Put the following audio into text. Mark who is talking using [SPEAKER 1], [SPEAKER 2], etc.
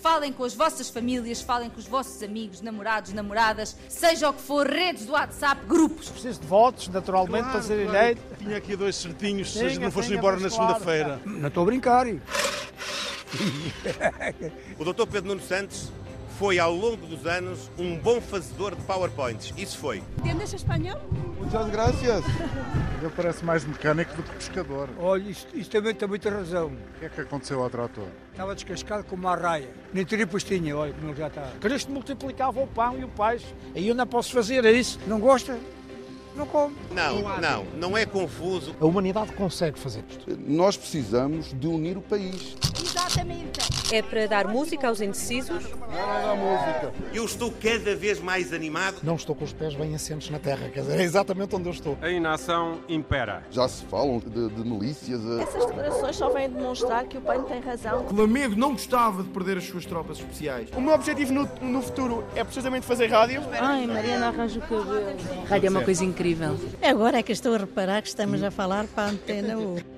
[SPEAKER 1] falem com as vossas famílias, falem com os vossos amigos, namorados, namoradas, seja o que for, redes do WhatsApp, grupos.
[SPEAKER 2] Preciso de votos, naturalmente, para ser eleito.
[SPEAKER 3] Tinha aqui dois certinhos, se
[SPEAKER 2] Tinha,
[SPEAKER 3] não fossem
[SPEAKER 2] tinha,
[SPEAKER 3] embora
[SPEAKER 2] mas
[SPEAKER 3] na
[SPEAKER 2] claro,
[SPEAKER 3] segunda-feira.
[SPEAKER 4] Não estou a brincar. hein?
[SPEAKER 5] O Dr. Pedro Nuno Santos foi, ao longo dos anos, um bom fazedor de PowerPoints. Isso foi.
[SPEAKER 6] ¿Entiendes español?
[SPEAKER 7] Muitas graças. Ele parece mais mecânico do que pescador.
[SPEAKER 4] Olha, isto, isto também tem muita razão.
[SPEAKER 7] O que é que aconteceu ao trator?
[SPEAKER 4] Estava descascado como uma raia. Nem tripas tinha, olha como ele já está.
[SPEAKER 2] Cristo multiplicava o pão e o peixe. E eu não posso fazer isso.
[SPEAKER 4] Não gosta? Não come.
[SPEAKER 5] Não, não, não é confuso.
[SPEAKER 2] A humanidade consegue fazer isto.
[SPEAKER 8] Nós precisamos de unir o país.
[SPEAKER 6] Exactamente.
[SPEAKER 9] É para dar música aos indecisos?
[SPEAKER 5] Eu estou cada vez mais animado.
[SPEAKER 2] Não estou com os pés bem assentes na terra, quer dizer, é exatamente onde eu estou.
[SPEAKER 10] A inação impera.
[SPEAKER 8] Já se falam de, de milícias. eh,
[SPEAKER 6] Essas declarações só vêm demonstrar que o PAN tem razão.
[SPEAKER 3] Flamengo não gostava de perder as suas tropas especiais.
[SPEAKER 2] O meu objetivo no, no futuro é precisamente fazer rádio.
[SPEAKER 6] Ai, Mariana arranja o cabelo.
[SPEAKER 9] Rádio é uma coisa incrível.
[SPEAKER 6] Agora é que estou a reparar que estamos a falar para a antena U.